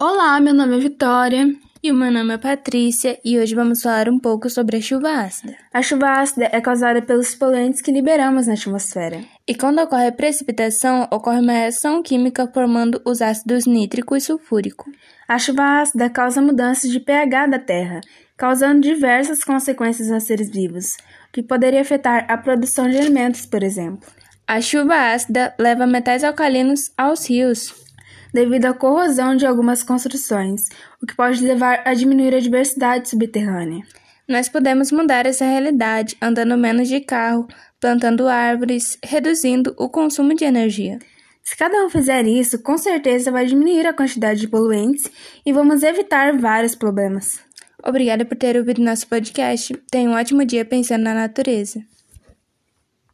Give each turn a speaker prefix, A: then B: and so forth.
A: Olá, meu nome é Vitória.
B: E o meu nome é Patrícia e hoje vamos falar um pouco sobre a chuva ácida.
A: A chuva ácida é causada pelos poluentes que liberamos na atmosfera.
B: E quando ocorre precipitação, ocorre uma reação química formando os ácidos nítrico e sulfúrico.
A: A chuva ácida causa mudanças de pH da Terra, causando diversas consequências nos seres vivos, o que poderia afetar a produção de alimentos, por exemplo.
B: A chuva ácida leva metais alcalinos aos rios,
A: devido à corrosão de algumas construções, o que pode levar a diminuir a diversidade subterrânea.
B: Nós podemos mudar essa realidade andando menos de carro, plantando árvores, reduzindo o consumo de energia.
A: Se cada um fizer isso, com certeza vai diminuir a quantidade de poluentes e vamos evitar vários problemas.
B: Obrigada por ter ouvido nosso podcast. Tenha um ótimo dia pensando na natureza.